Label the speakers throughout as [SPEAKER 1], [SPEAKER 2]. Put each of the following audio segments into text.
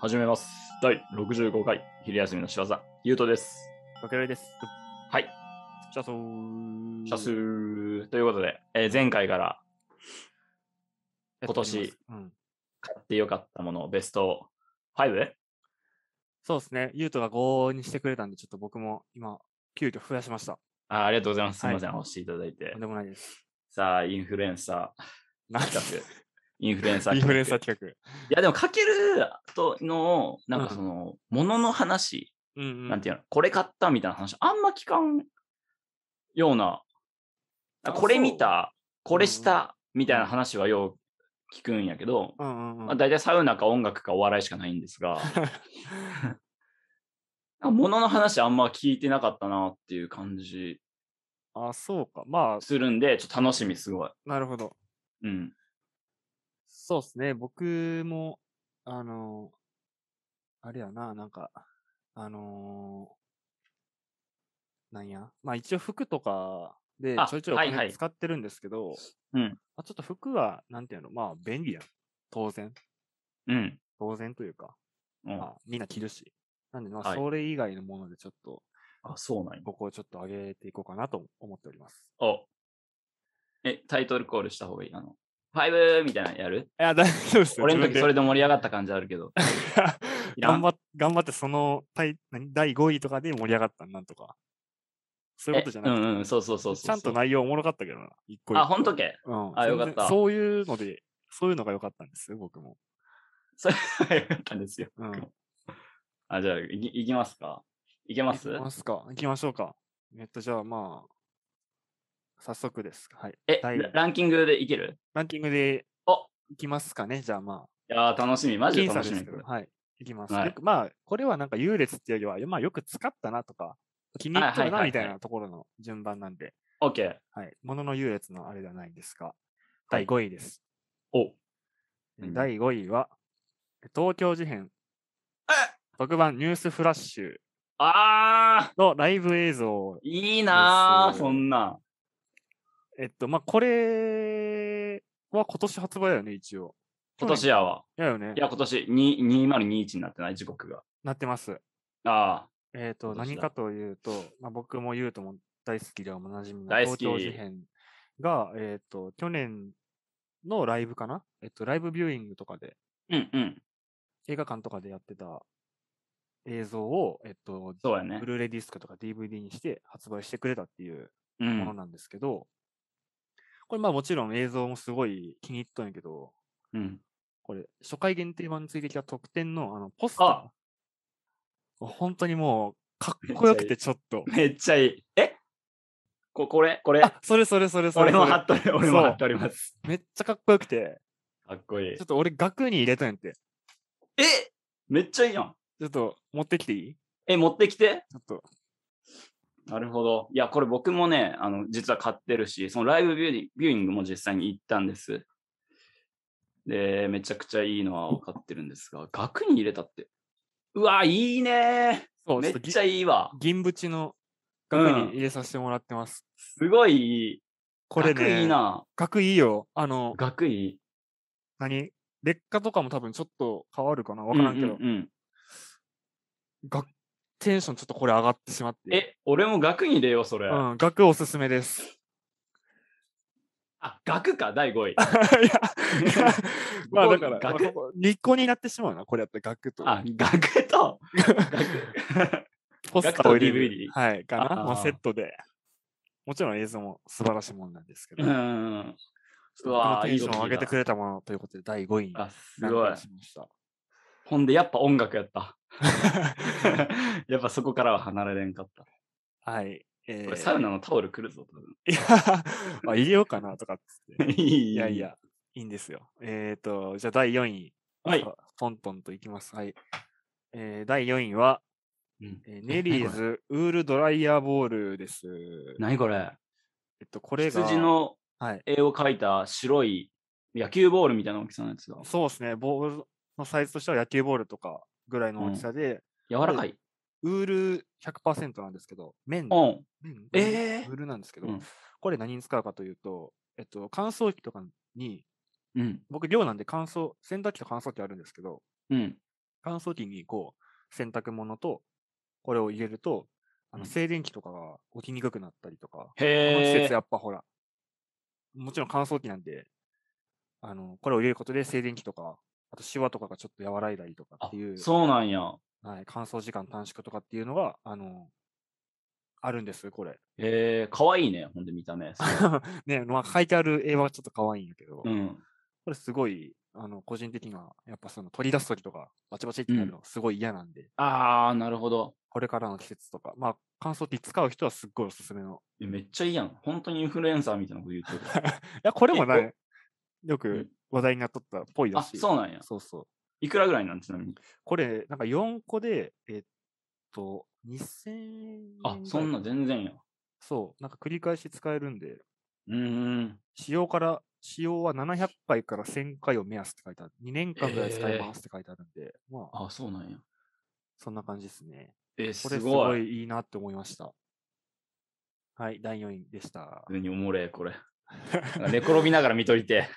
[SPEAKER 1] 始めます。第65回、昼休みの仕業、ゆうとです。
[SPEAKER 2] かけるです。
[SPEAKER 1] はい、
[SPEAKER 2] シャソー。
[SPEAKER 1] シャスー。ということで、えー前回から
[SPEAKER 2] やってみます。うん。
[SPEAKER 1] 買ってよかったもの、ベスト 5?
[SPEAKER 2] そうですね。ゆうとが5にしてくれたんで、ちょっと僕も今、急遽増やしました。
[SPEAKER 1] あありがとうございます。すみません、
[SPEAKER 2] はい
[SPEAKER 1] 押していただいて
[SPEAKER 2] とん。でもないです。
[SPEAKER 1] さあ、インフルエンサ
[SPEAKER 2] な
[SPEAKER 1] ー企画。 インフルエンサー
[SPEAKER 2] インフルエンサー
[SPEAKER 1] 企
[SPEAKER 2] 企
[SPEAKER 1] 画。いや、でも、かけるとの、なんかその、ものの話、
[SPEAKER 2] 画。うん、うん。
[SPEAKER 1] なんていうの、これ買ったみたいな話、あんま聞かんような、あ
[SPEAKER 2] あ
[SPEAKER 1] これ
[SPEAKER 2] そう
[SPEAKER 1] 見た、これし
[SPEAKER 2] う
[SPEAKER 1] た、みたいな話はよう聞くんやけど、
[SPEAKER 2] うんうんうん。
[SPEAKER 1] まあ、大体サウナか音楽かお笑いしかないんです が、あ物の話あんま聞いてなかったなっていう感じ
[SPEAKER 2] あ、そうか。まあ、
[SPEAKER 1] するんで、ちょっと楽しみすごい。
[SPEAKER 2] なるほど。
[SPEAKER 1] うん。
[SPEAKER 2] そうですね。僕も、あの、あれやな、なんか、あのなんや。まあ一応服とかで
[SPEAKER 1] あ
[SPEAKER 2] ちょいちょいお
[SPEAKER 1] はいは
[SPEAKER 2] 金
[SPEAKER 1] い
[SPEAKER 2] 使ってるんですけど、
[SPEAKER 1] うん
[SPEAKER 2] まあ、ちょっと服は、なんていうの、まあ便利やん。当然。
[SPEAKER 1] うん。
[SPEAKER 2] 当然というか、
[SPEAKER 1] うん、
[SPEAKER 2] まあ、みんな着るし。なんで、ま
[SPEAKER 1] は
[SPEAKER 2] あ
[SPEAKER 1] い
[SPEAKER 2] それ以外のものでちょっと、
[SPEAKER 1] あ、そうなんや。
[SPEAKER 2] 僕をちょっと上げていこうかなと思っております。
[SPEAKER 1] おえ、タイトルコールした方がいい。あの、ファイブみたいなのやる
[SPEAKER 2] いや、大丈夫ですよ。
[SPEAKER 1] 俺の時
[SPEAKER 2] 自
[SPEAKER 1] そ
[SPEAKER 2] 分
[SPEAKER 1] れで盛り上がった感じあるけど。い
[SPEAKER 2] で
[SPEAKER 1] らん
[SPEAKER 2] 頑張っ頑張って、その、第何第5位とかで盛り上がったんなんとか。そういうことじゃな
[SPEAKER 1] え
[SPEAKER 2] く
[SPEAKER 1] う
[SPEAKER 2] て、
[SPEAKER 1] んうん、そうそうそうそう
[SPEAKER 2] ちゃんと内容おもろかったけどな、一個一個
[SPEAKER 1] あ、ほんとけ。
[SPEAKER 2] うん、
[SPEAKER 1] あ
[SPEAKER 2] 全
[SPEAKER 1] よか
[SPEAKER 2] 然
[SPEAKER 1] った
[SPEAKER 2] そういうので、そういうのが良かったんですよ、僕も。
[SPEAKER 1] それはよかったんですよ。
[SPEAKER 2] うん。い
[SPEAKER 1] あ、じゃあ、いきいきますか。いけます
[SPEAKER 2] きますか。行きましょうか。えっと、じゃあまあ、早速です。はい。
[SPEAKER 1] え、
[SPEAKER 2] 第
[SPEAKER 1] ラランキングでいける
[SPEAKER 2] ランキングで
[SPEAKER 1] お
[SPEAKER 2] いきますかね、じゃあまあ。
[SPEAKER 1] いやー、楽しみ。マジで
[SPEAKER 2] 僅差
[SPEAKER 1] 楽
[SPEAKER 2] で
[SPEAKER 1] しみ。
[SPEAKER 2] すけど、はい。いきます。
[SPEAKER 1] はい
[SPEAKER 2] よくまあ、これはなんか優劣っていうよりは、まあ、よく使ったなとか、気に入った
[SPEAKER 1] はいはいはいは
[SPEAKER 2] ないみたいなところの順番なんで、
[SPEAKER 1] オッケー。
[SPEAKER 2] はい。ものの優劣のあれではないんですが、
[SPEAKER 1] はい
[SPEAKER 2] 第5位です。
[SPEAKER 1] お
[SPEAKER 2] え
[SPEAKER 1] うん
[SPEAKER 2] 第5位は、東京事変特番ニュースフラッシュ
[SPEAKER 1] あ
[SPEAKER 2] のライブ映像。
[SPEAKER 1] ー、いいな
[SPEAKER 2] で
[SPEAKER 1] ー、
[SPEAKER 2] す
[SPEAKER 1] そんなん。
[SPEAKER 2] えっと、まあ、これは今年発売だよね、一応。
[SPEAKER 1] 今年やわ。
[SPEAKER 2] だよね
[SPEAKER 1] い。や、今年に2021になってない、時刻が。
[SPEAKER 2] なってます。
[SPEAKER 1] あ
[SPEAKER 2] えっ、と、
[SPEAKER 1] 今年
[SPEAKER 2] 何
[SPEAKER 1] だ
[SPEAKER 2] かというと、まあ、僕も言うとも大好きではおなじみの
[SPEAKER 1] 大好
[SPEAKER 2] 東
[SPEAKER 1] き
[SPEAKER 2] 京事変が、えっ、と、去年のライブかなえっ、と、ライブビューイングとかで、
[SPEAKER 1] ー、うんうん。
[SPEAKER 2] 映画館とかでやってた映像を、えっ、と、
[SPEAKER 1] そうやね
[SPEAKER 2] ブ。ルーレイディスクとか DVD にして発売してくれたっていう
[SPEAKER 1] う
[SPEAKER 2] もの
[SPEAKER 1] ん。
[SPEAKER 2] なんですけど、これまあもちろん映像もすごい気に入ったんやけど、
[SPEAKER 1] うん、
[SPEAKER 2] これ、初回限定版についてきた特典のあのポスター。本当にもう、かっこよくてちょっと。
[SPEAKER 1] めっちゃいい。えここれこれ
[SPEAKER 2] あ、それそれそれそれ
[SPEAKER 1] 俺
[SPEAKER 2] そ
[SPEAKER 1] も
[SPEAKER 2] れ
[SPEAKER 1] 貼っとる、俺も貼っております。
[SPEAKER 2] めっちゃかっこよくて、
[SPEAKER 1] かっこいい
[SPEAKER 2] ちょ。っと俺額に入れたんやって。
[SPEAKER 1] えめっちゃいいやん。
[SPEAKER 2] ちょっと持ってきていい
[SPEAKER 1] え、持ってきて。
[SPEAKER 2] ちょっと。
[SPEAKER 1] なるほど。いや、これ僕もね、あの、実は買ってるし、そのライブビューリビューイングも実際に行ったんです。で、めちゃくちゃいいのは分かってるんですが、額に入れたって。うわ、いいね
[SPEAKER 2] そう、
[SPEAKER 1] め
[SPEAKER 2] ち
[SPEAKER 1] っ
[SPEAKER 2] ょっとぎ
[SPEAKER 1] ちゃいいわ。
[SPEAKER 2] 銀縁の
[SPEAKER 1] う
[SPEAKER 2] 額に
[SPEAKER 1] ん、
[SPEAKER 2] 入れさせてもらってます。
[SPEAKER 1] すごいいい。
[SPEAKER 2] これね、
[SPEAKER 1] 額いいな。
[SPEAKER 2] 額いいよ。あの、
[SPEAKER 1] 額いい。
[SPEAKER 2] 何劣化とかも多分ちょっと変わるかなわからんけど、
[SPEAKER 1] うんうんうん
[SPEAKER 2] がテンションちょっとこれ上がってしまって。
[SPEAKER 1] え、俺も額に入れよう、それ。
[SPEAKER 2] うん、額おすすめです。
[SPEAKER 1] あ、額か、第5位。
[SPEAKER 2] いや まあだから、
[SPEAKER 1] 額
[SPEAKER 2] まあここ日光になってしまうな、これやったら額と。
[SPEAKER 1] あ、額 と、額。
[SPEAKER 2] ポスターを入れる
[SPEAKER 1] DVD
[SPEAKER 2] はい、かな。ま
[SPEAKER 1] あ
[SPEAKER 2] あ、
[SPEAKER 1] ー
[SPEAKER 2] セットで。もちろん映像も素晴らしいもんなんですけ
[SPEAKER 1] う
[SPEAKER 2] ど。
[SPEAKER 1] ん。う
[SPEAKER 2] 僕の
[SPEAKER 1] わ
[SPEAKER 2] テ
[SPEAKER 1] ーい
[SPEAKER 2] ン
[SPEAKER 1] い
[SPEAKER 2] シ
[SPEAKER 1] こ
[SPEAKER 2] ョン
[SPEAKER 1] と
[SPEAKER 2] を
[SPEAKER 1] 聞
[SPEAKER 2] 上
[SPEAKER 1] い
[SPEAKER 2] げて
[SPEAKER 1] た
[SPEAKER 2] くれたものということで、第5位に
[SPEAKER 1] あ、す
[SPEAKER 2] ラン
[SPEAKER 1] ご
[SPEAKER 2] クイ
[SPEAKER 1] い
[SPEAKER 2] ン。しました。
[SPEAKER 1] ほんで、やっぱ音楽やった。 やっぱそこからは離れれんかった。
[SPEAKER 2] はい。え
[SPEAKER 1] こ
[SPEAKER 2] ー、
[SPEAKER 1] れサウナのタオル来るぞ、
[SPEAKER 2] いや、 まあ、入れようかなとかっつっ
[SPEAKER 1] 多
[SPEAKER 2] て。
[SPEAKER 1] 分。 い
[SPEAKER 2] いやい。や、いいんですよ。えっ、と、じゃあ第4位。
[SPEAKER 1] はい。
[SPEAKER 2] あ。トントンといきます。はい。えー、第4位は、
[SPEAKER 1] うん
[SPEAKER 2] えーネリー。ズウールドライヤーボールです。
[SPEAKER 1] 何これ
[SPEAKER 2] えっと、これが、
[SPEAKER 1] 羊の
[SPEAKER 2] はい。
[SPEAKER 1] 絵を描いた白い野球ボールみたいな大きさのやつだ。
[SPEAKER 2] そうですね、ボールのサイズとしては野球ボールとかぐらいの大きさで、
[SPEAKER 1] 柔らかい。
[SPEAKER 2] ウール100%なんですけど、綿、
[SPEAKER 1] うん。
[SPEAKER 2] 綿ウール
[SPEAKER 1] えー
[SPEAKER 2] ウールなんですけど、
[SPEAKER 1] うん
[SPEAKER 2] これ何に使うかというと、えっと、乾燥機とかに、
[SPEAKER 1] うん。
[SPEAKER 2] 僕、寮なんで乾燥、洗濯機と乾燥機あるんですけど、
[SPEAKER 1] うん。
[SPEAKER 2] 乾燥機にこう、洗濯物と、これを入れると、あの
[SPEAKER 1] うん
[SPEAKER 2] 静電気とかが起きにくくなったりとか、この季
[SPEAKER 1] へ
[SPEAKER 2] 節
[SPEAKER 1] え。
[SPEAKER 2] やっぱほら、もちろん乾燥機なんで、あの、これを入れることで静電気とか、あとシワとかがちょっと和らいだりとか
[SPEAKER 1] あ
[SPEAKER 2] っていう、
[SPEAKER 1] そうなんや。
[SPEAKER 2] はい、乾燥時間短縮とかっていうのが、あの、あるんです、これ。
[SPEAKER 1] へえ、かわいいね、ほんで見 た目。それ
[SPEAKER 2] ね、まあ書いてある絵はちょっと可愛いんやけど、
[SPEAKER 1] うん。
[SPEAKER 2] これすごい、あの、個人的には、やっぱその取り出す時とか、バチバチってなるのすごい嫌なんで、
[SPEAKER 1] ああ、なるほど。
[SPEAKER 2] これからの季節とか、まあ乾燥機使う人はすっごいおすすめの。
[SPEAKER 1] いやめっちゃいいやん。本当にインフルエンサーみたいなこと言うてる。
[SPEAKER 2] いや、これも
[SPEAKER 1] え
[SPEAKER 2] ね、よ
[SPEAKER 1] う
[SPEAKER 2] く
[SPEAKER 1] ん
[SPEAKER 2] 話題になっとったっぽいら
[SPEAKER 1] あ、
[SPEAKER 2] しい。
[SPEAKER 1] そうなんや。
[SPEAKER 2] そうそう。
[SPEAKER 1] いくらぐらいなんちなみに。
[SPEAKER 2] これ、なんか4個で、えっと、2000円。
[SPEAKER 1] あ、そんな。全然や。
[SPEAKER 2] そう。なんか繰り返し使えるんで、
[SPEAKER 1] うーん。
[SPEAKER 2] 使用から、使用は700回から1000回を目安って書いてある。2年間ぐらい使
[SPEAKER 1] え
[SPEAKER 2] い
[SPEAKER 1] ー
[SPEAKER 2] ますって書いてあるんで、まあ、
[SPEAKER 1] あ、そうなんや。
[SPEAKER 2] そんな感じですね。
[SPEAKER 1] え、
[SPEAKER 2] こ
[SPEAKER 1] す
[SPEAKER 2] れす
[SPEAKER 1] ご
[SPEAKER 2] ご
[SPEAKER 1] い。
[SPEAKER 2] いいいなって思いました。はい、第4位でした。
[SPEAKER 1] 普通におもれえ、これ。なんか寝転びながら見とい て。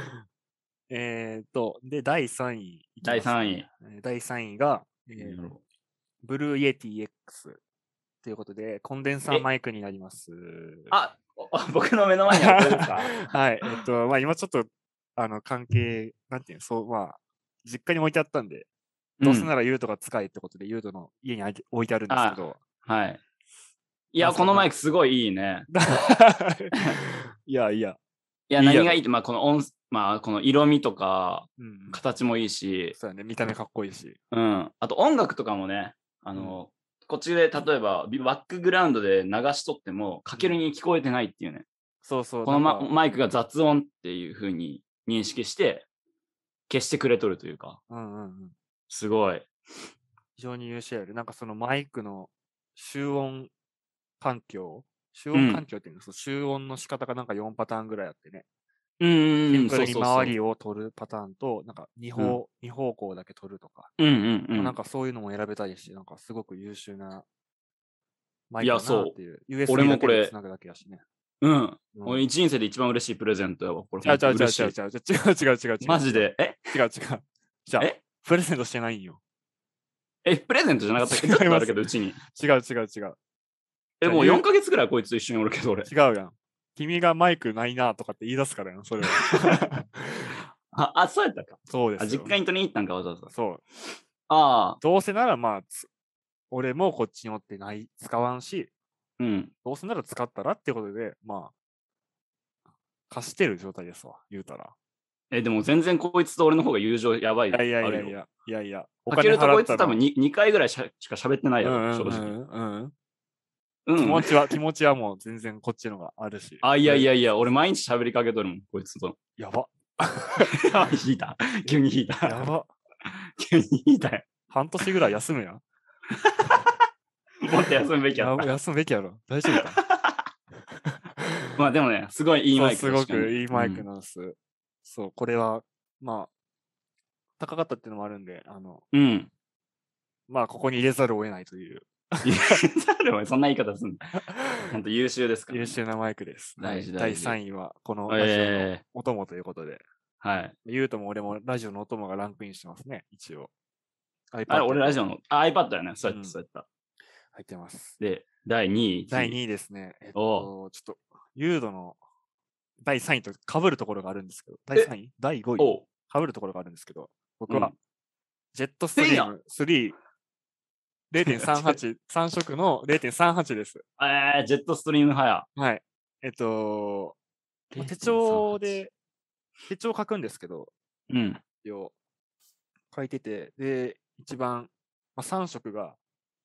[SPEAKER 2] えーっと、で、第3位いき
[SPEAKER 1] 第
[SPEAKER 2] ます
[SPEAKER 1] 3
[SPEAKER 2] ね。
[SPEAKER 1] 位。
[SPEAKER 2] えー第3位が、えーブルーイエティ X ということで、コンデンサ
[SPEAKER 1] え
[SPEAKER 2] ーマイクになります。
[SPEAKER 1] あ、お お僕の目の前にあるこれですか
[SPEAKER 2] はい。えっと、まあ今ちょっと、あの、関係、なんていうの、そう、まあ、実家に置いてあったんで、どうせ
[SPEAKER 1] うん
[SPEAKER 2] ならユートが使えってことで、ユートの家にあげ置いてあるんですけど。
[SPEAKER 1] はい。いや、このマイクすごいいいね。
[SPEAKER 2] いやいや。
[SPEAKER 1] いや、
[SPEAKER 2] いいやろ
[SPEAKER 1] 何がいいって、まあ、この音、まあ、この色味とか、
[SPEAKER 2] うんうん。
[SPEAKER 1] 形もいいし、
[SPEAKER 2] そうだね。見た目かっこいいし。
[SPEAKER 1] うん。あと音楽とかもね、あの、こっちで例えばビバックグラウンドで流しとっても、かけるに聞こえてないっていうね。
[SPEAKER 2] そうそう。
[SPEAKER 1] この
[SPEAKER 2] な
[SPEAKER 1] マ
[SPEAKER 2] んか
[SPEAKER 1] マイクが雑音っていう風に認識して、消してくれとるというか、
[SPEAKER 2] うんうんうん。
[SPEAKER 1] すごい。
[SPEAKER 2] 非常に優秀やる。なんかそのマイクの集音環境。集
[SPEAKER 1] う
[SPEAKER 2] 音
[SPEAKER 1] ん
[SPEAKER 2] 環境っていうの、その集音の仕方がなんか4パターンぐらいあってね。
[SPEAKER 1] うんうん
[SPEAKER 2] シ
[SPEAKER 1] う
[SPEAKER 2] ン
[SPEAKER 1] ん、
[SPEAKER 2] プ
[SPEAKER 1] そ
[SPEAKER 2] ル
[SPEAKER 1] う
[SPEAKER 2] に
[SPEAKER 1] そうそう。
[SPEAKER 2] 周りを取るパターンと、なんか2方、二方向だけ取るとか。
[SPEAKER 1] うんうんうん。
[SPEAKER 2] なんかそういうのも選べたりして、なんかすごく優秀なマイ
[SPEAKER 1] い
[SPEAKER 2] ク
[SPEAKER 1] や
[SPEAKER 2] だなっていう。USB
[SPEAKER 1] 俺も
[SPEAKER 2] だけ
[SPEAKER 1] これ
[SPEAKER 2] で繋ぐだけやしね。
[SPEAKER 1] うん。
[SPEAKER 2] うん
[SPEAKER 1] 俺人生で一番嬉しいプレゼントやわ。これ
[SPEAKER 2] 違う違う違う
[SPEAKER 1] 嬉しい
[SPEAKER 2] 違う違う違う違う違う違う違う。
[SPEAKER 1] マジで。え
[SPEAKER 2] 違う違う。じゃあ
[SPEAKER 1] え、
[SPEAKER 2] プレゼントしてないんよ。
[SPEAKER 1] え、プレゼントじゃなかったっけ
[SPEAKER 2] 違い
[SPEAKER 1] ちょっと
[SPEAKER 2] ます
[SPEAKER 1] あるけど、うちに。
[SPEAKER 2] 違う違う違う。
[SPEAKER 1] え、もう
[SPEAKER 2] じゃあ
[SPEAKER 1] 4ヶ月ぐらいこいつと一緒におるけど、 俺。
[SPEAKER 2] 違うやん。君がマイクないなとかって言い出すからやん、それは。
[SPEAKER 1] あ、あそうやったか。
[SPEAKER 2] そうで
[SPEAKER 1] あ、
[SPEAKER 2] すよ
[SPEAKER 1] 実。家に取りに行ったんか、わざわざ。
[SPEAKER 2] そう。
[SPEAKER 1] ああ、
[SPEAKER 2] どうせならまあ、つ俺もこっちにおってない、使わんし、
[SPEAKER 1] うん。
[SPEAKER 2] どうせなら使ったらってことで、まあ、貸してる状態ですわ、言うたら。
[SPEAKER 1] え、でも全然こいつと俺の方が友情やばい。
[SPEAKER 2] いやいやい
[SPEAKER 1] あ
[SPEAKER 2] や
[SPEAKER 1] る
[SPEAKER 2] い
[SPEAKER 1] よ。
[SPEAKER 2] や、いやいや、お
[SPEAKER 1] かけるとこいつ多
[SPEAKER 2] の
[SPEAKER 1] 分 2, 2回ぐらいしゃしか喋ってないや
[SPEAKER 2] うん
[SPEAKER 1] ろ、
[SPEAKER 2] う
[SPEAKER 1] 正直。
[SPEAKER 2] んうんうん
[SPEAKER 1] う
[SPEAKER 2] 気持
[SPEAKER 1] ん。
[SPEAKER 2] ちは、気持ちはもう全然こっちのがあるし。
[SPEAKER 1] あ、いやい
[SPEAKER 2] や。
[SPEAKER 1] やいや、俺毎日喋りかけとるもん、こいつと。
[SPEAKER 2] やば。
[SPEAKER 1] 引いた。急に引い
[SPEAKER 2] や
[SPEAKER 1] た。
[SPEAKER 2] ば。
[SPEAKER 1] 急に引いたよ。
[SPEAKER 2] 半年ぐらい休むやん。
[SPEAKER 1] もっと休むべきや
[SPEAKER 2] や
[SPEAKER 1] っ
[SPEAKER 2] ば
[SPEAKER 1] た。
[SPEAKER 2] 休むべきやろ。大丈夫か
[SPEAKER 1] まあでもね、すご いいいマイク。
[SPEAKER 2] そうすごくいいマイ
[SPEAKER 1] 確
[SPEAKER 2] ク
[SPEAKER 1] かに。
[SPEAKER 2] なんです。そう、これは、まあ、高かったっていうのもあるんで、あの、
[SPEAKER 1] うん。うん
[SPEAKER 2] まあ、ここに入れざるを得ないという
[SPEAKER 1] いや誰もそんな言い方すんの。本当優秀ですから。
[SPEAKER 2] 優秀なマイクです。はい
[SPEAKER 1] 大事大
[SPEAKER 2] 第
[SPEAKER 1] 事
[SPEAKER 2] 3位は、このラジオの
[SPEAKER 1] ええ
[SPEAKER 2] お供ということで、
[SPEAKER 1] はい。
[SPEAKER 2] ゆうとも俺もラジオのお供がランクインしてますね、一応。iPad
[SPEAKER 1] あれ、俺ラジ
[SPEAKER 2] オ
[SPEAKER 1] オのあ iPad だよね。そうやっ
[SPEAKER 2] うん
[SPEAKER 1] た、そうやった。
[SPEAKER 2] 入ってます。
[SPEAKER 1] で、第2位。
[SPEAKER 2] 第2位ですね。えっ
[SPEAKER 1] お
[SPEAKER 2] と、ちょっと、ユードの第3位と被るところがあるんですけど、第
[SPEAKER 1] え
[SPEAKER 2] 3位第5位
[SPEAKER 1] おう
[SPEAKER 2] 被るところがあるんですけど、僕
[SPEAKER 1] うん
[SPEAKER 2] は、ジェットストリ
[SPEAKER 1] せいや
[SPEAKER 2] ーム3、0.38、3 色の0.38です。
[SPEAKER 1] えー、ジェットストリーム派や。
[SPEAKER 2] はい。えっと、まあ手帳で、手帳書くんですけど、
[SPEAKER 1] 0.38。うん。
[SPEAKER 2] を書いてて、で、一番、まあ、3色が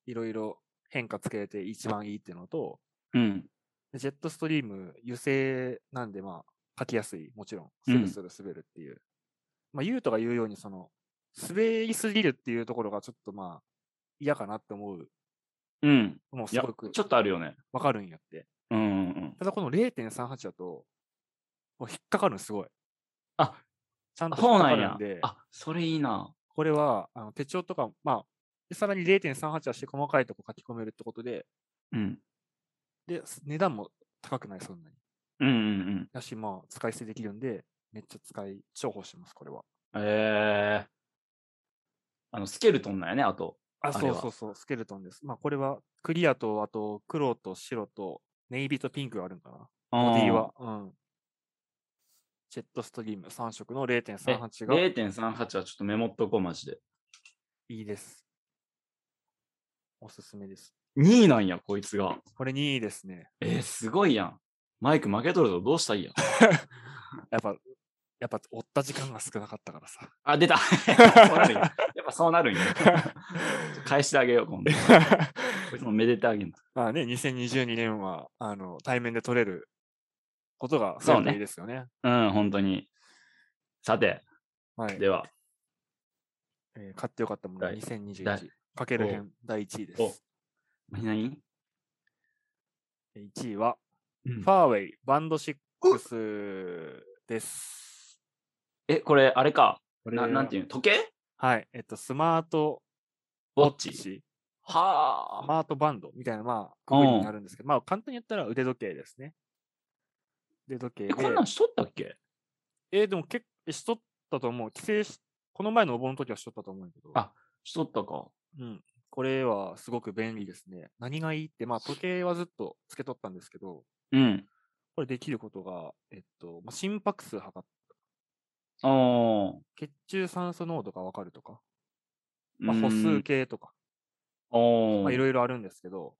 [SPEAKER 2] いろいろ変化つけれて一番いいっていうのと、
[SPEAKER 1] うん。
[SPEAKER 2] でジェットストリーム、油性なんで、まあ、書きやすい、もちろん。
[SPEAKER 1] う
[SPEAKER 2] ス
[SPEAKER 1] ん
[SPEAKER 2] ルスル滑るっていう。まあ、ユートが言うように、その、滑りすぎるっていうところがちょっとまあ、嫌かなって思う。
[SPEAKER 1] うん。
[SPEAKER 2] もう
[SPEAKER 1] い
[SPEAKER 2] す
[SPEAKER 1] や、
[SPEAKER 2] ごく
[SPEAKER 1] ちょっとあるよね。
[SPEAKER 2] わかるんやって。
[SPEAKER 1] うんうんうん。
[SPEAKER 2] ただこの0.38だと、もう引っかかるんすごい。
[SPEAKER 1] あ、
[SPEAKER 2] ちゃん
[SPEAKER 1] あ
[SPEAKER 2] と
[SPEAKER 1] そ
[SPEAKER 2] 引
[SPEAKER 1] う
[SPEAKER 2] っか
[SPEAKER 1] な
[SPEAKER 2] か
[SPEAKER 1] ん
[SPEAKER 2] る
[SPEAKER 1] や
[SPEAKER 2] んで、。
[SPEAKER 1] あ、それいいな。
[SPEAKER 2] これはあの手帳とか、まあ、でさらに0.38はして細かいとこ書き込めるってことで、
[SPEAKER 1] うん。
[SPEAKER 2] で、値段も高くない、そんなに。
[SPEAKER 1] うんうんうん。
[SPEAKER 2] だし、まあ、使い捨てできるんで、めっちゃ使い、重宝してます、これは。
[SPEAKER 1] ええあのスケルトンなんやね、あと。
[SPEAKER 2] あ、
[SPEAKER 1] あ
[SPEAKER 2] そ
[SPEAKER 1] れ
[SPEAKER 2] う
[SPEAKER 1] は
[SPEAKER 2] そうそう、スケルトンです。まあ、これはクリアと、あと黒と白とネイビーとピンクがあるんかな。ボディは。うん。ジェットストリーム3色の
[SPEAKER 1] え。
[SPEAKER 2] 0.38がい
[SPEAKER 1] 0.38はちょっとメモっとこう、マジで。
[SPEAKER 2] いです。おすすめです。
[SPEAKER 1] 2位なんや、こいつが。
[SPEAKER 2] これ2位ですね。
[SPEAKER 1] えー、すごいやん。マイク負けとるぞ、どうしたらいいや。
[SPEAKER 2] やっぱ、やっぱ追った時間が少なかったからさ。
[SPEAKER 1] あ、出た そうなるんや。やっぱそうなるんや。 返してあげよう、今度。こいつもめでてあげる。
[SPEAKER 2] まあね、2022年は、あの、対面で取れることが
[SPEAKER 1] そうね
[SPEAKER 2] 増えるといいですよね。
[SPEAKER 1] うん、本当に。さて、
[SPEAKER 2] はい、
[SPEAKER 1] では、
[SPEAKER 2] えー買ってよかったもの、
[SPEAKER 1] 第
[SPEAKER 2] 2021
[SPEAKER 1] 第。
[SPEAKER 2] かける
[SPEAKER 1] お
[SPEAKER 2] 編、第1位で
[SPEAKER 1] お
[SPEAKER 2] す。
[SPEAKER 1] 何々
[SPEAKER 2] 1位は、
[SPEAKER 1] うん
[SPEAKER 2] ファーウェイバンド6です。
[SPEAKER 1] え、これ、あれか。
[SPEAKER 2] これ
[SPEAKER 1] ななんていうの時計
[SPEAKER 2] はい。えっと、スマート
[SPEAKER 1] ウ
[SPEAKER 2] ウ
[SPEAKER 1] ォ
[SPEAKER 2] ォ
[SPEAKER 1] ッ
[SPEAKER 2] ッチ。
[SPEAKER 1] チ。
[SPEAKER 2] ス
[SPEAKER 1] はあ。
[SPEAKER 2] マートバンドみたいな、まあ、くくりになるんですけど、まあ、簡単に言ったら腕時計ですね。腕時計
[SPEAKER 1] え、
[SPEAKER 2] で。
[SPEAKER 1] こんなんしとったっけ
[SPEAKER 2] えーでも結構、しとったと思う。帰省し、この前のお盆の時はしとったと思うんだけど。
[SPEAKER 1] あしとったか。
[SPEAKER 2] うん。これはすごく便利ですね。何がいいって、まあ、時計はずっとつけとったんですけど、
[SPEAKER 1] うん。
[SPEAKER 2] これできることが、えっと、まあ、心拍数測っ
[SPEAKER 1] ああ。
[SPEAKER 2] 血中酸素濃度がわかるとか、まあ、歩数計とか、
[SPEAKER 1] あー
[SPEAKER 2] まあ、いろいろあるんですけど、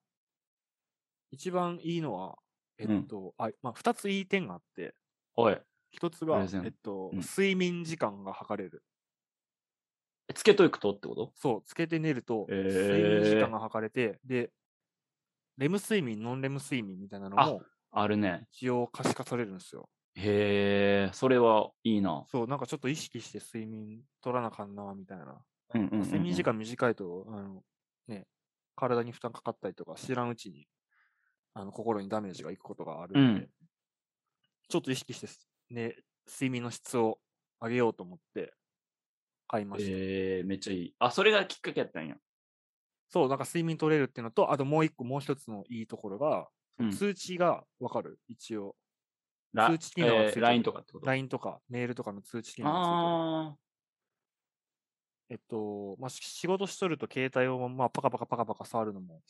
[SPEAKER 2] 一番いいのは、えっと、あまあ、二ついい点があって、
[SPEAKER 1] はい。
[SPEAKER 2] 一つが、
[SPEAKER 1] プレゼン
[SPEAKER 2] えっと、
[SPEAKER 1] うん
[SPEAKER 2] 睡眠時間が測れる。
[SPEAKER 1] えつけといくとってこと
[SPEAKER 2] そう、つけて寝ると、
[SPEAKER 1] えー
[SPEAKER 2] 睡眠時間が測れて、で、レム睡眠、ノンレム睡眠みたいなの
[SPEAKER 1] あ
[SPEAKER 2] も、
[SPEAKER 1] あるね。
[SPEAKER 2] 一応可視化されるんですよ。
[SPEAKER 1] へえ、それはいいな。
[SPEAKER 2] そう、なんかちょっと意識して睡眠取らなあかんな、みたいな。
[SPEAKER 1] うんうんうんうん
[SPEAKER 2] 睡眠時間短いと、あの、ね、体に負担かかったりとか、知らんうちに、あの、心にダメージがいくことがあるので、
[SPEAKER 1] うん
[SPEAKER 2] ちょっと意識してす、ね、睡眠の質を上げようと思って、買いました。
[SPEAKER 1] えー、めっちゃいい。あ、それがきっかけやったんや。
[SPEAKER 2] そう、なんか睡眠取れるっていうのと、あともう一個、もう一つのいいところが、
[SPEAKER 1] うん
[SPEAKER 2] 通知がわかる、一応。
[SPEAKER 1] ラ
[SPEAKER 2] 通知機能がついて
[SPEAKER 1] えー
[SPEAKER 2] る
[SPEAKER 1] LINE とかってこと
[SPEAKER 2] LINE とか、メールとかの通知機能がついてる
[SPEAKER 1] あ
[SPEAKER 2] えっと、まあ、し仕事しとると携帯を、まあ、パカパカパカパカ触るのも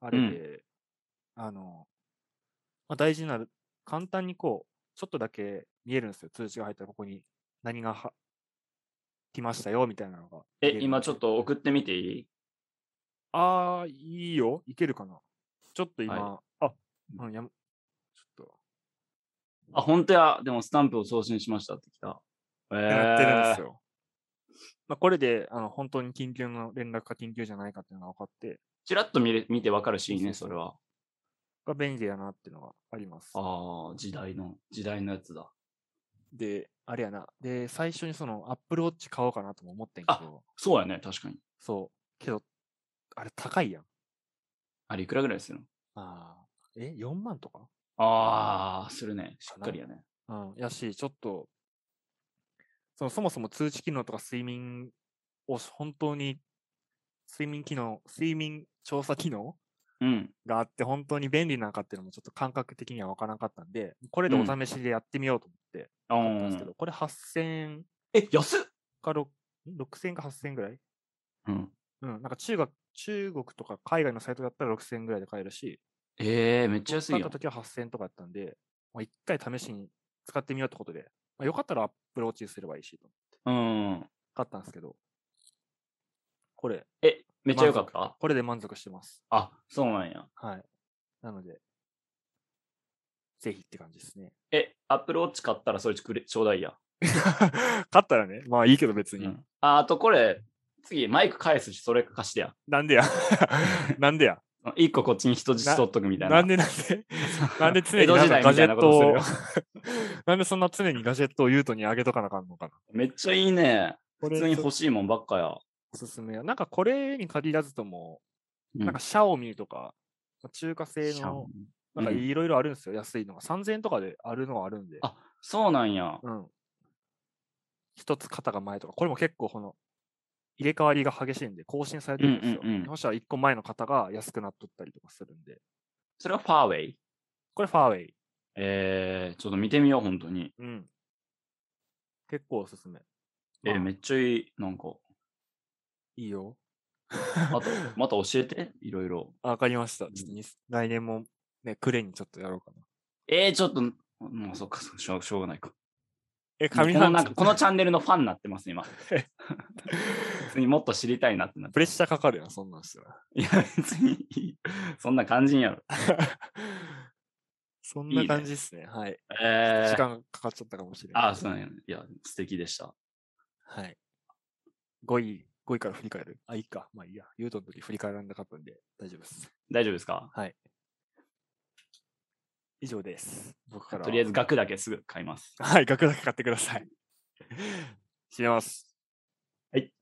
[SPEAKER 2] あれで、あの、まあ、大事になる、簡単にこう、ちょっとだけ見えるんですよ。通知が入ったらここに何がは来ましたよ、みたいなのが
[SPEAKER 1] ー。
[SPEAKER 2] 見
[SPEAKER 1] え
[SPEAKER 2] る、
[SPEAKER 1] 今ちょっと送ってみていい
[SPEAKER 2] あー、いいよ。いけるかな。ちょっと今、あ、うん、やむ、ちょっと、
[SPEAKER 1] あ、本当や。でもスタンプを送信しましたってきた。えー、
[SPEAKER 2] やってるんですよ。まあ、これで、あの、本当に緊急の連絡か緊急じゃないかっていうのが分かって、
[SPEAKER 1] チラッと見れ見てわかるし、いいね、
[SPEAKER 2] そ
[SPEAKER 1] そう
[SPEAKER 2] そうそう
[SPEAKER 1] れは。
[SPEAKER 2] が便利やなっていうのがあります。
[SPEAKER 1] ああ、時代の、時代のやつだ。
[SPEAKER 2] で、あれやな。で、最初にその Apple Watch 買おうかなとも思ってんけ
[SPEAKER 1] あ
[SPEAKER 2] ど、
[SPEAKER 1] そうやね、確かに。
[SPEAKER 2] そう。けど、あれ高いやん。
[SPEAKER 1] あれ、いくらぐらいするの
[SPEAKER 2] ああ。え、4万とか
[SPEAKER 1] ああ、するね。しっかりやね。
[SPEAKER 2] うん。やし、ちょっと、そのそもそも通知機能とか睡眠を本当に、睡眠機能、睡眠調査機能
[SPEAKER 1] うん。
[SPEAKER 2] があって本当に便利なのかっていうのもちょっと感覚的には分からなかったんで、これでお試しでやってみようと思って
[SPEAKER 1] あ
[SPEAKER 2] 買ったんですけ
[SPEAKER 1] ー
[SPEAKER 2] ど、これ8000円
[SPEAKER 1] え、安っ
[SPEAKER 2] か6 6000円か8000円ぐらい
[SPEAKER 1] うん。
[SPEAKER 2] うん、なんか中学、中国とか海外のサイトだったら6000円ぐらいで買えるし、
[SPEAKER 1] ええー、めっちゃ安
[SPEAKER 2] 使
[SPEAKER 1] い
[SPEAKER 2] っ
[SPEAKER 1] や
[SPEAKER 2] た
[SPEAKER 1] ん。
[SPEAKER 2] 時は8000円とかだったんで、まあ、一回試しに使ってみようってことで、まあ、よかったらアップローチすればいいしと、
[SPEAKER 1] うん。
[SPEAKER 2] 買ったんですけど、これ、
[SPEAKER 1] え、めっちゃ良かった
[SPEAKER 2] これで満足してます。
[SPEAKER 1] あ、そうなんや。
[SPEAKER 2] はい。なので、ぜひって感じですね。
[SPEAKER 1] え、アップルウォッチ買ったらそれくれちょうだいや。
[SPEAKER 2] 買ったらね、まあいいけど別
[SPEAKER 1] う
[SPEAKER 2] に。
[SPEAKER 1] ん、ああとこれ、次マイク返すし、それ貸してや。
[SPEAKER 2] な んでやなんでや
[SPEAKER 1] 一個こっちに人質取っとくみたいな。
[SPEAKER 2] なんでなんでなんで常に
[SPEAKER 1] 江戸
[SPEAKER 2] な
[SPEAKER 1] 時
[SPEAKER 2] んか
[SPEAKER 1] 代
[SPEAKER 2] ガ
[SPEAKER 1] み
[SPEAKER 2] ジ
[SPEAKER 1] た
[SPEAKER 2] ェ
[SPEAKER 1] いな
[SPEAKER 2] ッ
[SPEAKER 1] こと
[SPEAKER 2] ト
[SPEAKER 1] する
[SPEAKER 2] を
[SPEAKER 1] よ。
[SPEAKER 2] なんでそんな常にガジェットをユートにあげとかなあかんのかな
[SPEAKER 1] めっちゃいいね。
[SPEAKER 2] こ
[SPEAKER 1] 普
[SPEAKER 2] れ
[SPEAKER 1] 通に欲しいもんばっかや。
[SPEAKER 2] おすすめはなんかこれに限らずとも、
[SPEAKER 1] うん
[SPEAKER 2] なんかシャオミとか、まあ中華製
[SPEAKER 1] シャオ
[SPEAKER 2] の
[SPEAKER 1] ミ、
[SPEAKER 2] なんか
[SPEAKER 1] うん
[SPEAKER 2] いろいろあるんですよ、安いのが。3000円とかであるのはあるんで。
[SPEAKER 1] あ、そうなんや。
[SPEAKER 2] うん。一つ肩が前とか、これも結構この、入れ替わりが激しいんで、更新されてるんですよ。
[SPEAKER 1] うんうんうん
[SPEAKER 2] もしは一個前の肩が安くなっとったりとかするんで。
[SPEAKER 1] それはファーウェイ。
[SPEAKER 2] これファーウェイ。
[SPEAKER 1] えー、ちょっと見てみよう、本当に。
[SPEAKER 2] うん。結構おすすめ。
[SPEAKER 1] えー
[SPEAKER 2] まあ
[SPEAKER 1] めっちゃいい。なんか、
[SPEAKER 2] いいよ。
[SPEAKER 1] あと、 また教えて、いろいろ。
[SPEAKER 2] あわかりました。
[SPEAKER 1] ん
[SPEAKER 2] ちょっとに来年も、ね、クレーンにちょっとやろうかな。
[SPEAKER 1] えー、ちょっと、もうそっか、そうしょうしょうがないか。
[SPEAKER 2] え、
[SPEAKER 1] こ
[SPEAKER 2] 上
[SPEAKER 1] の
[SPEAKER 2] 半
[SPEAKER 1] な
[SPEAKER 2] 期
[SPEAKER 1] んかこのチャンネルのファンになってます、 今。別にもっと知りたいなってなって。
[SPEAKER 2] プレッシャーかかるよな、そんなんしたら。
[SPEAKER 1] いや、別にいい、そんな感じんやろ。
[SPEAKER 2] そん
[SPEAKER 1] いい
[SPEAKER 2] な
[SPEAKER 1] ね
[SPEAKER 2] 感じですね。はい。
[SPEAKER 1] え
[SPEAKER 2] 時
[SPEAKER 1] ー、
[SPEAKER 2] 間かかっちゃったかもしれない。
[SPEAKER 1] ああ、そうなんや、いや、素敵でした。
[SPEAKER 2] はい。5位、5位から振り返る。あ、いいか。まあいいや。ユートの時振り返らなかったんで大丈夫です。
[SPEAKER 1] 大丈夫ですか
[SPEAKER 2] 以上です。僕からは。
[SPEAKER 1] とりあえず額だけすぐ買います。
[SPEAKER 2] はい、額だけ買ってください。閉めます。
[SPEAKER 1] はい。